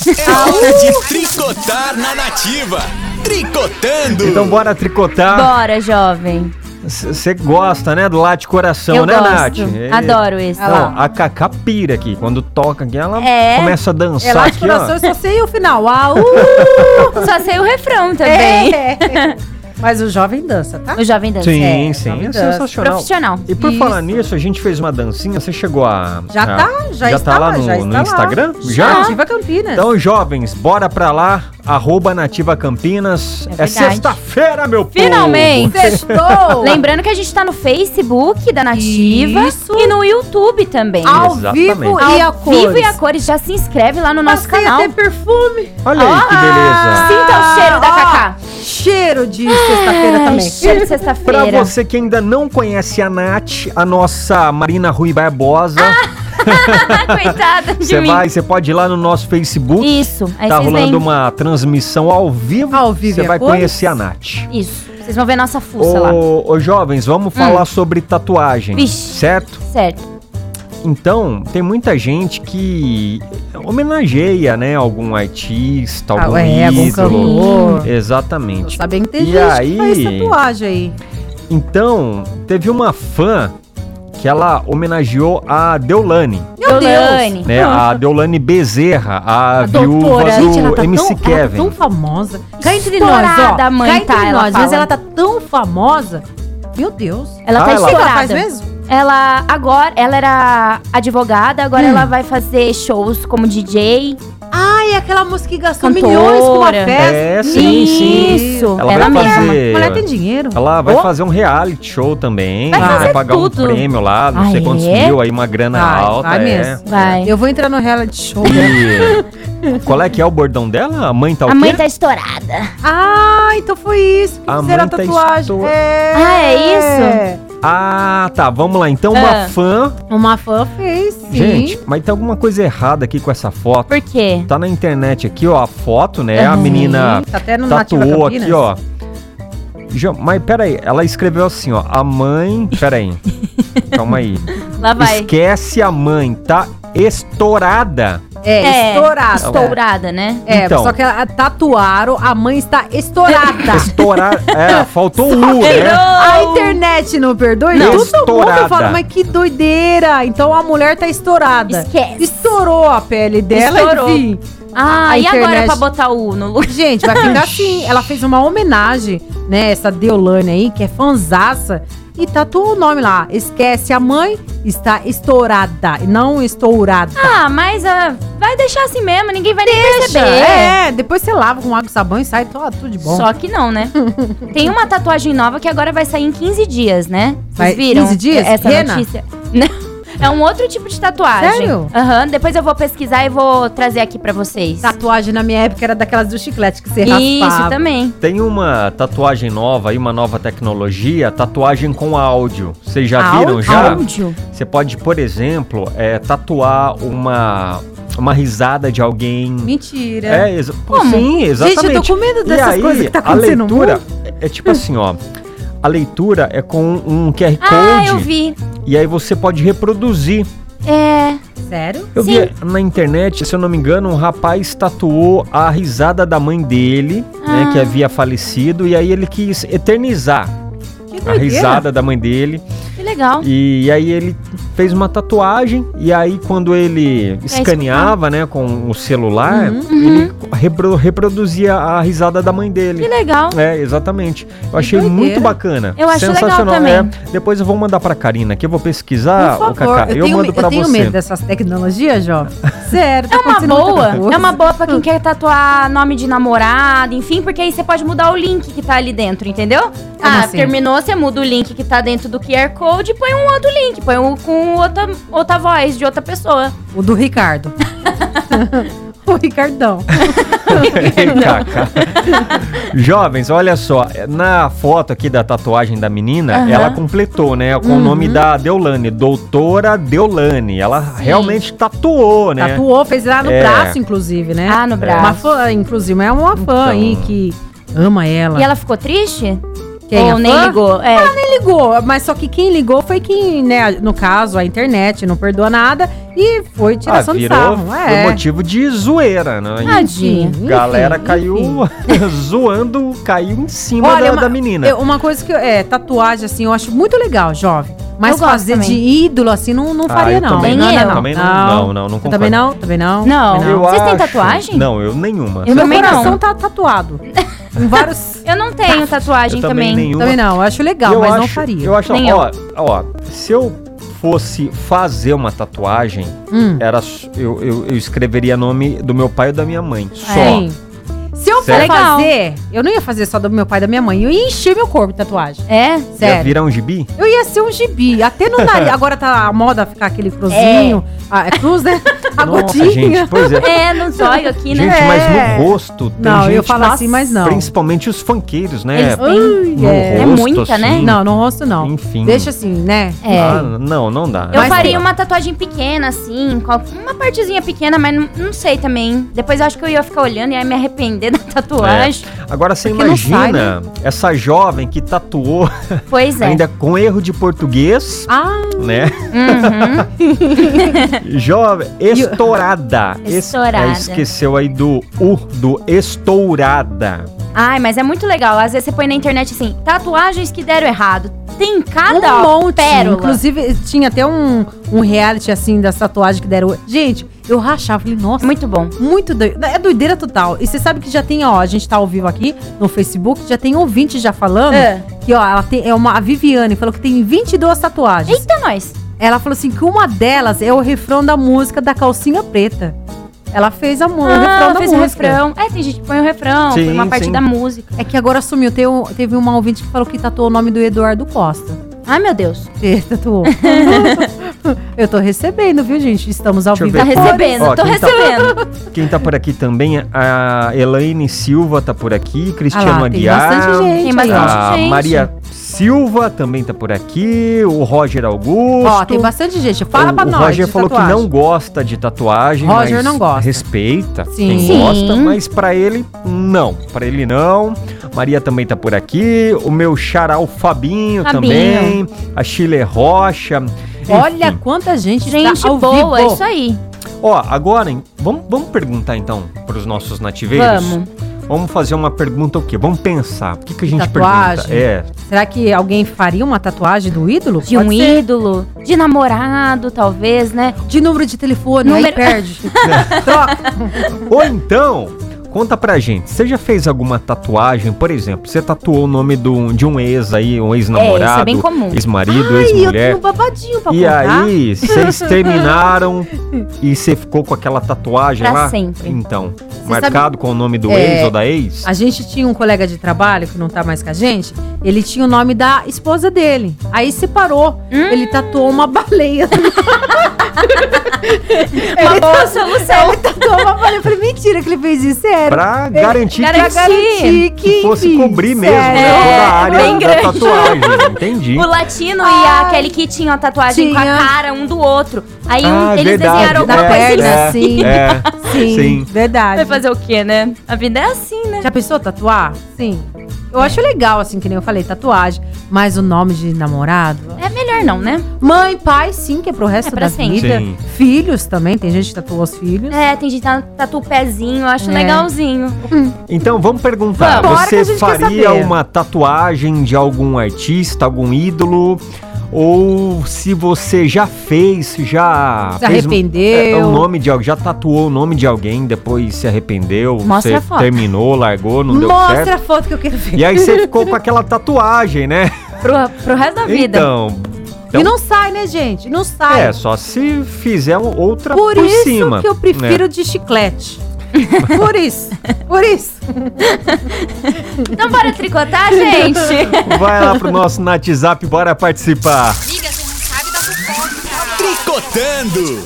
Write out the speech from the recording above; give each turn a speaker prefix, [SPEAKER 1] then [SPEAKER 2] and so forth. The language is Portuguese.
[SPEAKER 1] É hora de tricotar na nativa. Tricotando.
[SPEAKER 2] Então bora
[SPEAKER 3] Ah.
[SPEAKER 2] tricotar.
[SPEAKER 4] Bora, jovem.
[SPEAKER 2] Você gosta, né? Do lá de coração,
[SPEAKER 4] Eu
[SPEAKER 2] né,
[SPEAKER 4] gosto.
[SPEAKER 2] Nath? É.
[SPEAKER 4] Adoro esse.
[SPEAKER 2] Não,
[SPEAKER 3] lá.
[SPEAKER 2] a Cacá pira aqui. Quando toca aqui, ela
[SPEAKER 4] É.
[SPEAKER 2] começa a dançar
[SPEAKER 3] É lá de
[SPEAKER 2] aqui,
[SPEAKER 3] coração,
[SPEAKER 2] ó.
[SPEAKER 3] eu só sei o final. Au!
[SPEAKER 4] Só sei o refrão também.
[SPEAKER 3] Uh! É. Mas o jovem dança, tá?
[SPEAKER 4] O jovem dança.
[SPEAKER 2] Sim,
[SPEAKER 3] É,
[SPEAKER 2] sim. É
[SPEAKER 3] dança.
[SPEAKER 2] sensacional.
[SPEAKER 4] Profissional.
[SPEAKER 2] E por
[SPEAKER 3] Isso.
[SPEAKER 2] falar nisso, a gente fez uma dancinha. Você chegou a.
[SPEAKER 3] Já
[SPEAKER 2] a-
[SPEAKER 3] tá, já,
[SPEAKER 2] já
[SPEAKER 3] está
[SPEAKER 2] tá
[SPEAKER 3] lá,
[SPEAKER 2] lá no,
[SPEAKER 3] já está
[SPEAKER 2] no
[SPEAKER 3] lá.
[SPEAKER 2] Instagram?
[SPEAKER 3] Já. Ativa Campinas.
[SPEAKER 2] Então, jovens, bora pra lá, arroba Nativa Campinas. É,
[SPEAKER 4] É verdade.
[SPEAKER 2] sexta-feira, meu povo!
[SPEAKER 4] Finalmente.
[SPEAKER 3] Sextou!
[SPEAKER 4] Lembrando que a gente tá no Facebook da Nativa
[SPEAKER 3] Isso.
[SPEAKER 4] e no YouTube também.
[SPEAKER 2] Ah,
[SPEAKER 3] Ao
[SPEAKER 2] Exatamente.
[SPEAKER 3] vivo
[SPEAKER 4] Ao
[SPEAKER 3] e a cores.
[SPEAKER 4] vivo e a cores. Já se inscreve lá no nosso
[SPEAKER 3] Passei
[SPEAKER 4] canal. Ah!
[SPEAKER 3] até perfume.
[SPEAKER 2] Olha aí que beleza!
[SPEAKER 4] Sinta o cheiro da
[SPEAKER 3] Ó,
[SPEAKER 4] Cacá.
[SPEAKER 3] Cheiro de sexta-feira
[SPEAKER 4] Ai,
[SPEAKER 3] também.
[SPEAKER 4] Cheiro de
[SPEAKER 2] Pra
[SPEAKER 4] sexta-feira.
[SPEAKER 2] você que ainda não conhece a Nath, a nossa Marina Rui Barbosa,
[SPEAKER 3] Ah,
[SPEAKER 4] Ah, Coitada de
[SPEAKER 2] você
[SPEAKER 4] mim.
[SPEAKER 2] vai, você pode ir lá no nosso Facebook.
[SPEAKER 4] Isso. Aí
[SPEAKER 2] tá
[SPEAKER 4] vocês
[SPEAKER 2] rolando
[SPEAKER 4] vêm.
[SPEAKER 2] uma transmissão ao vivo.
[SPEAKER 3] Ao vivo
[SPEAKER 2] Você
[SPEAKER 3] e a
[SPEAKER 2] vai
[SPEAKER 3] cores.
[SPEAKER 2] conhecer a Nath.
[SPEAKER 4] Isso. Vocês vão ver nossa fuça lá.
[SPEAKER 2] Ô, ô, jovens,
[SPEAKER 3] Hum.
[SPEAKER 2] vamos falar sobre tatuagem,
[SPEAKER 4] Vixe.
[SPEAKER 2] certo?
[SPEAKER 4] Certo.
[SPEAKER 2] Então, tem muita gente que homenageia, né, algum artista, algum
[SPEAKER 3] Ah, é, algum
[SPEAKER 2] ídolo.
[SPEAKER 3] cantor. Tô
[SPEAKER 2] Exatamente.
[SPEAKER 3] sabendo que tem
[SPEAKER 2] E
[SPEAKER 3] gente
[SPEAKER 2] aí?
[SPEAKER 3] que faz tatuagem aí.
[SPEAKER 2] Então, teve uma fã que ela homenageou a Deolane,
[SPEAKER 3] Meu
[SPEAKER 4] Deolane.
[SPEAKER 2] né? A Deolane Bezerra, a, viúva
[SPEAKER 3] Ah. doutora, gente,
[SPEAKER 2] do
[SPEAKER 3] ela tá
[SPEAKER 2] MC
[SPEAKER 3] tão, ela tá
[SPEAKER 2] Kevin.
[SPEAKER 3] tão famosa. Cá entre nós,
[SPEAKER 4] Estourada,
[SPEAKER 3] ó.
[SPEAKER 4] mãe,
[SPEAKER 3] cá entre
[SPEAKER 4] tá, ela
[SPEAKER 3] nós, mas
[SPEAKER 4] fala.
[SPEAKER 3] ela tá tão famosa. Meu Deus.
[SPEAKER 4] Ela
[SPEAKER 2] Ah,
[SPEAKER 4] tá
[SPEAKER 2] ela-
[SPEAKER 3] O que que ela
[SPEAKER 4] estourada.
[SPEAKER 3] faz mesmo?
[SPEAKER 4] Ela agora, ela era advogada,
[SPEAKER 3] Hum.
[SPEAKER 4] agora ela vai fazer shows como DJ.
[SPEAKER 3] Ai, aquela moça que gastou
[SPEAKER 4] Cantora.
[SPEAKER 3] milhões com uma festa.
[SPEAKER 2] É, sim, sim.
[SPEAKER 4] Isso.
[SPEAKER 2] Ela
[SPEAKER 4] Ela,
[SPEAKER 2] vai
[SPEAKER 4] mesma.
[SPEAKER 2] fazer-
[SPEAKER 3] A mulher tem dinheiro.
[SPEAKER 2] Ela vai
[SPEAKER 3] Ô,
[SPEAKER 2] fazer um reality show também.
[SPEAKER 4] Vai fazer
[SPEAKER 2] pagar
[SPEAKER 4] tudo.
[SPEAKER 2] um prêmio lá, não
[SPEAKER 4] Ah,
[SPEAKER 2] sei quantos
[SPEAKER 4] é?
[SPEAKER 2] mil, aí uma grana
[SPEAKER 3] Vai,
[SPEAKER 2] alta.
[SPEAKER 3] vai
[SPEAKER 2] é.
[SPEAKER 3] mesmo.
[SPEAKER 4] Vai.
[SPEAKER 3] Eu vou entrar no reality show.
[SPEAKER 2] E qual é que é o bordão dela? A mãe tá o
[SPEAKER 4] A
[SPEAKER 2] quê?
[SPEAKER 4] mãe tá estourada.
[SPEAKER 3] ah, então foi isso.
[SPEAKER 2] A
[SPEAKER 3] Por que fizeram a
[SPEAKER 2] mãe tá
[SPEAKER 3] tatuagem.
[SPEAKER 2] estoura-
[SPEAKER 3] É.
[SPEAKER 4] Ah, é
[SPEAKER 3] isso?
[SPEAKER 2] Ah, tá, vamos lá. Então, uma
[SPEAKER 4] Ah.
[SPEAKER 2] fã.
[SPEAKER 3] Uma fã fez, sim.
[SPEAKER 2] Gente, mas tem alguma coisa errada aqui com essa foto.
[SPEAKER 4] Por quê?
[SPEAKER 2] Tá na internet aqui, ó, a foto, né? A
[SPEAKER 4] Uhum.
[SPEAKER 2] menina
[SPEAKER 3] Tá até no Nativa
[SPEAKER 2] tatuou
[SPEAKER 3] Campinas.
[SPEAKER 2] aqui, ó. Já- Mas peraí, ela escreveu assim, ó. A mãe. Peraí. Calma aí.
[SPEAKER 4] Lá vai.
[SPEAKER 2] Esquece a mãe, tá estourada.
[SPEAKER 3] É,
[SPEAKER 4] É,
[SPEAKER 3] estourada.
[SPEAKER 4] Estourada, né?
[SPEAKER 3] É,
[SPEAKER 2] Então.
[SPEAKER 3] só que ela tatuaram, a mãe está estourada.
[SPEAKER 2] Estourar. É, faltou o U, né?
[SPEAKER 3] A internet não perdoa?
[SPEAKER 2] Não.
[SPEAKER 3] Todo mundo
[SPEAKER 2] Estourada.
[SPEAKER 3] fala, mas que doideira. Então a mulher tá estourada.
[SPEAKER 4] Esquece.
[SPEAKER 3] Estourou a pele dela,
[SPEAKER 4] Estourou.
[SPEAKER 3] enfim.
[SPEAKER 4] Ah,
[SPEAKER 3] A
[SPEAKER 4] e agora
[SPEAKER 3] internet-
[SPEAKER 4] pra botar o U no lugar?
[SPEAKER 3] Gente, vai ficar assim. Ela fez uma homenagem, né? Essa Deolane aí, que é fanzaça. E tatuou o nome lá. Esquece, a mãe está estourada. e Não estourada.
[SPEAKER 4] Ah, mas ah, vai deixar assim mesmo, ninguém vai nem perceber.
[SPEAKER 3] É, depois você lava com água e sabão e sai tá tudo de bom.
[SPEAKER 4] Só que não, né? Tem uma tatuagem nova que agora vai sair em 15 dias, né?
[SPEAKER 3] Vai-
[SPEAKER 4] Vocês viram?
[SPEAKER 3] 15 dias?
[SPEAKER 4] Essa
[SPEAKER 3] Rena?
[SPEAKER 4] notícia. Não. É um outro tipo de tatuagem.
[SPEAKER 3] Sério?
[SPEAKER 4] Aham. Depois eu vou pesquisar e vou trazer aqui pra vocês.
[SPEAKER 3] Tatuagem na minha época era daquelas do chiclete Tá, que você
[SPEAKER 4] Isso
[SPEAKER 3] raspava.
[SPEAKER 4] também.
[SPEAKER 2] Tem uma tatuagem nova aí, uma nova tecnologia, tatuagem com áudio. Vocês já viram
[SPEAKER 3] Áudio?
[SPEAKER 2] já?
[SPEAKER 4] Áudio.
[SPEAKER 2] Você pode, por exemplo, é, tatuar uma, uma risada de alguém.
[SPEAKER 3] Mentira.
[SPEAKER 2] É, exa- Pô,
[SPEAKER 4] Como?
[SPEAKER 2] Sim, exatamente.
[SPEAKER 3] Gente, eu tô com medo dessas
[SPEAKER 2] e aí,
[SPEAKER 3] coisas que tá
[SPEAKER 2] a
[SPEAKER 3] acontecendo no
[SPEAKER 2] leitura
[SPEAKER 3] mundo.
[SPEAKER 2] é, é tipo assim, ó. A leitura é com um QR
[SPEAKER 4] Ah, eu
[SPEAKER 2] Code
[SPEAKER 4] vi.
[SPEAKER 2] e aí você pode reproduzir.
[SPEAKER 4] É.
[SPEAKER 3] Sério?
[SPEAKER 2] Eu
[SPEAKER 4] Sim.
[SPEAKER 2] vi na internet, se eu não me engano, um rapaz tatuou a risada da mãe dele, né,
[SPEAKER 4] Ah.
[SPEAKER 2] que havia falecido, e aí ele quis eternizar
[SPEAKER 3] Que
[SPEAKER 2] a
[SPEAKER 3] doideira.
[SPEAKER 2] risada da mãe dele.
[SPEAKER 4] Que legal.
[SPEAKER 2] E aí ele fez uma tatuagem e aí quando ele
[SPEAKER 4] É
[SPEAKER 2] escaneava, né, com o celular,
[SPEAKER 4] Uhum.
[SPEAKER 2] ele repro- reproduzia a risada da mãe
[SPEAKER 4] Que
[SPEAKER 2] dele.
[SPEAKER 4] legal.
[SPEAKER 2] É, exatamente. Eu achei
[SPEAKER 3] doideira.
[SPEAKER 2] muito bacana.
[SPEAKER 4] Eu acho
[SPEAKER 2] Sensacional,
[SPEAKER 4] legal
[SPEAKER 2] é. Depois eu vou mandar pra Karina aqui, eu vou pesquisar,
[SPEAKER 3] Por
[SPEAKER 2] o
[SPEAKER 3] favor,
[SPEAKER 2] Cacá.
[SPEAKER 3] eu,
[SPEAKER 2] Eu,
[SPEAKER 3] tenho,
[SPEAKER 2] mando
[SPEAKER 3] me-
[SPEAKER 2] pra
[SPEAKER 3] eu tenho
[SPEAKER 2] você.
[SPEAKER 3] medo dessas tecnologias, jovem. Sério, tá
[SPEAKER 4] É uma
[SPEAKER 3] acontecendo muita
[SPEAKER 4] boa,
[SPEAKER 3] coisa.
[SPEAKER 4] é uma boa pra quem quer tatuar nome de namorado, enfim, porque aí você pode mudar o link que tá ali dentro, entendeu? ah,
[SPEAKER 3] assim?
[SPEAKER 4] terminou, você muda o link que tá dentro do QR Code e põe um outro link, põe um com outra, outra voz de outra pessoa.
[SPEAKER 3] O do Ricardo. o Ricardão.
[SPEAKER 2] Cacá. Jovens, olha só, é, na foto aqui da tatuagem da menina,
[SPEAKER 4] Aham.
[SPEAKER 2] ela completou, né, com o nome da
[SPEAKER 3] Uhum.
[SPEAKER 2] Deolane, doutora Deolane. Ela
[SPEAKER 4] Sim.
[SPEAKER 2] realmente tatuou, né?
[SPEAKER 3] Tatuou, fez lá no
[SPEAKER 2] É.
[SPEAKER 3] braço, inclusive, né?
[SPEAKER 4] Ah, no braço.
[SPEAKER 3] Uma fã, inclusive, é uma fã
[SPEAKER 2] Então.
[SPEAKER 3] aí que ama ela.
[SPEAKER 4] E ela ficou triste?
[SPEAKER 3] Quem, a
[SPEAKER 4] Ou nem
[SPEAKER 3] fã? Ah,
[SPEAKER 4] ligou. É.
[SPEAKER 3] Ela nem ligou, mas só que quem ligou foi quem, né, no caso, a internet não perdoa nada e foi tiração de sarro.
[SPEAKER 2] foi
[SPEAKER 3] É.
[SPEAKER 2] Ah, motivo de zoeira, né? E
[SPEAKER 4] Tadinha.
[SPEAKER 3] Enfim,
[SPEAKER 2] galera
[SPEAKER 3] enfim.
[SPEAKER 2] caiu zoando, caiu em cima
[SPEAKER 3] Olha,
[SPEAKER 2] da,
[SPEAKER 3] uma-
[SPEAKER 2] da menina.
[SPEAKER 3] Eu- uma coisa que eu- é, tatuagem, assim, eu acho muito legal, jovem. Mas
[SPEAKER 4] Eu gosto
[SPEAKER 3] fazer
[SPEAKER 4] também.
[SPEAKER 3] de ídolo, assim, não, não faria,
[SPEAKER 2] Ah, eu
[SPEAKER 3] não.
[SPEAKER 2] Também,
[SPEAKER 4] Nem
[SPEAKER 2] não,
[SPEAKER 4] eu.
[SPEAKER 2] Não, também não, não, não, não
[SPEAKER 3] Você
[SPEAKER 2] concordo.
[SPEAKER 3] também não? Também não?
[SPEAKER 4] Não.
[SPEAKER 3] Também
[SPEAKER 2] Eu
[SPEAKER 4] Vocês têm
[SPEAKER 2] acho-
[SPEAKER 4] tatuagem?
[SPEAKER 2] Não, eu nenhuma.
[SPEAKER 3] E meu
[SPEAKER 4] Também não.
[SPEAKER 3] coração tá tatuado. em vários.
[SPEAKER 4] Eu não tenho tatuagem
[SPEAKER 2] Eu também
[SPEAKER 4] também.
[SPEAKER 2] nenhuma.
[SPEAKER 3] Ah, Também não, eu acho legal,
[SPEAKER 2] eu
[SPEAKER 3] mas
[SPEAKER 2] acho,
[SPEAKER 3] não faria.
[SPEAKER 2] Eu acho,
[SPEAKER 4] Nem
[SPEAKER 2] ó, ó, se eu fosse fazer uma tatuagem,
[SPEAKER 3] Hum.
[SPEAKER 2] era s- eu, eu, eu escreveria nome do meu pai ou da minha mãe, só.
[SPEAKER 3] É, Sim. Se eu for
[SPEAKER 2] Certo.
[SPEAKER 4] Legal.
[SPEAKER 3] fazer, eu não ia fazer só do meu pai e da minha mãe. Eu ia encher meu corpo de tatuagem.
[SPEAKER 4] É?
[SPEAKER 2] Ia
[SPEAKER 3] Sério.
[SPEAKER 2] virar um gibi?
[SPEAKER 3] Eu ia ser um gibi. Até no nariz. Agora tá a moda ficar aquele cruzinho. Ah, é cruz, né? A
[SPEAKER 2] Nossa,
[SPEAKER 3] gotinha.
[SPEAKER 2] gente, pois é.
[SPEAKER 4] É, no zóio aqui, né?
[SPEAKER 2] Gente, mas
[SPEAKER 3] né? É.
[SPEAKER 2] no rosto tem
[SPEAKER 3] Não, eu
[SPEAKER 2] gente-
[SPEAKER 3] falo assim, mas não.
[SPEAKER 2] Principalmente os funkeiros, né?
[SPEAKER 4] Eles têm.
[SPEAKER 2] No
[SPEAKER 3] é.
[SPEAKER 4] É
[SPEAKER 2] rosto,
[SPEAKER 4] muita, né?
[SPEAKER 2] assim.
[SPEAKER 3] Não, no rosto não.
[SPEAKER 2] Enfim.
[SPEAKER 3] Deixa assim, né?
[SPEAKER 4] É.
[SPEAKER 2] Ah, não, não dá.
[SPEAKER 4] Eu
[SPEAKER 2] Mas-
[SPEAKER 4] faria uma tatuagem pequena, assim, qual- uma partezinha pequena, mas não, não sei também. Depois eu acho que eu ia ficar olhando e ia me arrepender da tatuagem.
[SPEAKER 2] Agora você
[SPEAKER 3] Porque não sai, né?
[SPEAKER 2] imagina essa jovem que tatuou
[SPEAKER 4] Pois é.
[SPEAKER 2] ainda com erro de português,
[SPEAKER 3] Ah,
[SPEAKER 2] né?
[SPEAKER 4] Uhum.
[SPEAKER 2] Jovem, estourada. Es-
[SPEAKER 4] Estourada.
[SPEAKER 2] é, esqueceu aí do U, do estourada.
[SPEAKER 4] Ai, mas é muito legal. Às vezes você põe na internet assim, tatuagens que deram errado. Tem cada
[SPEAKER 3] um monte.
[SPEAKER 4] pérola.
[SPEAKER 3] Inclusive, tinha até um, um reality assim das tatuagens que deram. Gente, eu rachava. Falei, nossa.
[SPEAKER 4] Muito bom.
[SPEAKER 3] Muito doido. É doideira total. E você sabe que já tem, ó, a gente tá ao vivo aqui no Facebook, já tem ouvinte já falando
[SPEAKER 4] É.
[SPEAKER 3] que, ó, ela tem, é uma, a Viviane falou que tem 22 tatuagens.
[SPEAKER 4] Eita, nós.
[SPEAKER 3] Ela falou assim que uma delas é o refrão da música da calcinha preta. Ela fez a música, o refrão
[SPEAKER 4] Ah,
[SPEAKER 3] da
[SPEAKER 4] fez o
[SPEAKER 3] música.
[SPEAKER 4] refrão. É, tem gente que põe o refrão,
[SPEAKER 2] Sim,
[SPEAKER 4] põe uma parte
[SPEAKER 2] sim.
[SPEAKER 4] da música.
[SPEAKER 3] É que agora sumiu. Tem um- teve uma ouvinte que falou que tatuou o nome do Eduardo Costa.
[SPEAKER 4] Ai, meu Deus.
[SPEAKER 3] Que tatuou. eu tô recebendo, viu, gente? Estamos ao
[SPEAKER 2] Deixa eu
[SPEAKER 3] vivo.
[SPEAKER 4] Tá
[SPEAKER 2] Depois-
[SPEAKER 4] recebendo,
[SPEAKER 2] Ó,
[SPEAKER 4] tô
[SPEAKER 2] quem tá-
[SPEAKER 4] recebendo.
[SPEAKER 2] Quem tá por aqui também, a Elaine Silva tá por aqui,
[SPEAKER 3] Ah
[SPEAKER 2] Cristiano
[SPEAKER 3] lá, tem
[SPEAKER 2] Aguiar.
[SPEAKER 3] bastante gente.
[SPEAKER 4] Tem bastante
[SPEAKER 3] aí, ó.
[SPEAKER 2] A
[SPEAKER 4] gente.
[SPEAKER 2] Maria Silva também tá por aqui, o Roger Augusto.
[SPEAKER 3] Ó, tem bastante gente. Fala
[SPEAKER 2] o,
[SPEAKER 3] pra
[SPEAKER 2] o
[SPEAKER 3] nós.
[SPEAKER 2] Roger
[SPEAKER 3] de
[SPEAKER 2] falou que
[SPEAKER 3] tatuagem.
[SPEAKER 2] não gosta de tatuagem,
[SPEAKER 3] Roger
[SPEAKER 2] mas
[SPEAKER 3] não gosta.
[SPEAKER 2] respeita,
[SPEAKER 3] Sim.
[SPEAKER 2] quem
[SPEAKER 3] Sim.
[SPEAKER 2] gosta, mas pra ele não, Pra ele não. Maria também tá por aqui, o meu xará, o Fabinho,
[SPEAKER 4] Fabinho.
[SPEAKER 2] também, a Chile Rocha. Enfim.
[SPEAKER 3] Olha quanta gente,
[SPEAKER 4] Gente
[SPEAKER 3] está ao
[SPEAKER 4] boa, é
[SPEAKER 3] vivo.
[SPEAKER 4] isso aí.
[SPEAKER 2] Ó, agora, hein, vamos, vamos perguntar então pros nossos nativeiros?
[SPEAKER 4] Vamos.
[SPEAKER 2] Vamos fazer uma pergunta o quê? Vamos pensar, o que, que a gente
[SPEAKER 3] Tatuagem.
[SPEAKER 2] pergunta? É,
[SPEAKER 3] Será que alguém faria uma tatuagem do ídolo?
[SPEAKER 4] De
[SPEAKER 3] Pode
[SPEAKER 4] um
[SPEAKER 3] ser.
[SPEAKER 4] ídolo, de namorado, talvez, né?
[SPEAKER 3] De número de telefone, aí
[SPEAKER 4] Número-
[SPEAKER 3] perde. Troca.
[SPEAKER 2] Ou então, conta pra gente, você já fez alguma tatuagem? Por exemplo, você tatuou o nome do- de um ex aí, um
[SPEAKER 4] É, isso
[SPEAKER 2] ex-namorado,
[SPEAKER 4] é bem comum.
[SPEAKER 2] ex-marido,
[SPEAKER 3] Ai, eu tenho
[SPEAKER 2] ex-mulher.
[SPEAKER 3] um babadinho pra
[SPEAKER 2] E
[SPEAKER 3] contar.
[SPEAKER 2] aí, vocês terminaram e você ficou com aquela tatuagem
[SPEAKER 4] Pra
[SPEAKER 2] lá?
[SPEAKER 4] sempre.
[SPEAKER 2] Então,
[SPEAKER 3] Você
[SPEAKER 2] marcado com o nome do
[SPEAKER 3] É.
[SPEAKER 2] ex ou da ex?
[SPEAKER 3] A gente tinha um colega de trabalho que não tá mais com a gente. Ele tinha o nome da esposa dele. Aí separou.
[SPEAKER 4] Hum.
[SPEAKER 3] Ele tatuou uma baleia.
[SPEAKER 4] Uma boa solução.
[SPEAKER 3] Ele tatuou uma baleia. Eu falei, mentira que ele fez isso, sério.
[SPEAKER 2] Pra garantir
[SPEAKER 4] Garantir.
[SPEAKER 2] que
[SPEAKER 3] Pra garantir que.
[SPEAKER 2] fosse
[SPEAKER 3] enfim,
[SPEAKER 2] cobrir mesmo,
[SPEAKER 3] sério.
[SPEAKER 2] né?
[SPEAKER 4] É,
[SPEAKER 2] Toda a área da
[SPEAKER 4] bem grande.
[SPEAKER 2] tatuagem. Entendi.
[SPEAKER 4] O latino e
[SPEAKER 3] Ai.
[SPEAKER 4] aquele que tinham a tatuagem com
[SPEAKER 3] Tinha.
[SPEAKER 4] a cara um do outro. Aí um-
[SPEAKER 2] Ah,
[SPEAKER 4] eles
[SPEAKER 2] verdade,
[SPEAKER 4] desenharam
[SPEAKER 3] Na
[SPEAKER 4] alguma coisa em
[SPEAKER 3] perna,
[SPEAKER 2] é,
[SPEAKER 3] sim.
[SPEAKER 2] É,
[SPEAKER 3] Sim,
[SPEAKER 2] Sim.
[SPEAKER 3] verdade.
[SPEAKER 4] Vai fazer o quê, né? A vida é assim, né?
[SPEAKER 3] Já pensou tatuar? Sim. Eu acho legal, assim, que nem eu falei, tatuagem. Mas o nome de namorado.
[SPEAKER 4] É melhor não, né?
[SPEAKER 3] Mãe, pai, sim, que é pro resto
[SPEAKER 4] É pra
[SPEAKER 3] da
[SPEAKER 4] sempre.
[SPEAKER 3] vida.
[SPEAKER 2] Sim.
[SPEAKER 3] Filhos também, tem gente que tatua os filhos.
[SPEAKER 4] É, tem gente que tá- tatua o pezinho, eu acho
[SPEAKER 3] É.
[SPEAKER 4] legalzinho.
[SPEAKER 2] Então vamos perguntar,
[SPEAKER 3] Vamos. Bora que
[SPEAKER 2] você
[SPEAKER 3] a gente quer
[SPEAKER 2] faria
[SPEAKER 3] saber.
[SPEAKER 2] uma tatuagem de algum artista, algum ídolo? Ou se você já fez, já
[SPEAKER 3] Se
[SPEAKER 2] fez um-
[SPEAKER 3] arrependeu.
[SPEAKER 2] é, o nome de alguém, já tatuou o nome de alguém, depois se arrependeu,
[SPEAKER 4] Mostra
[SPEAKER 2] você
[SPEAKER 4] a foto.
[SPEAKER 2] terminou, largou, não deu
[SPEAKER 3] Mostra
[SPEAKER 2] certo.
[SPEAKER 3] a foto que eu quero ver.
[SPEAKER 2] E é- aí você ficou com aquela tatuagem, né?
[SPEAKER 4] Pro, pro resto da vida.
[SPEAKER 2] Então,
[SPEAKER 3] E não sai, né, gente? Não sai.
[SPEAKER 2] é, só se fizer outra por,
[SPEAKER 3] Por isso
[SPEAKER 2] cima.
[SPEAKER 3] que eu prefiro
[SPEAKER 2] né?
[SPEAKER 3] de chiclete. Por isso. Por isso.
[SPEAKER 4] Então bora tricotar, gente?
[SPEAKER 2] Vai lá pro nosso WhatsApp, bora participar.
[SPEAKER 1] Tricotando.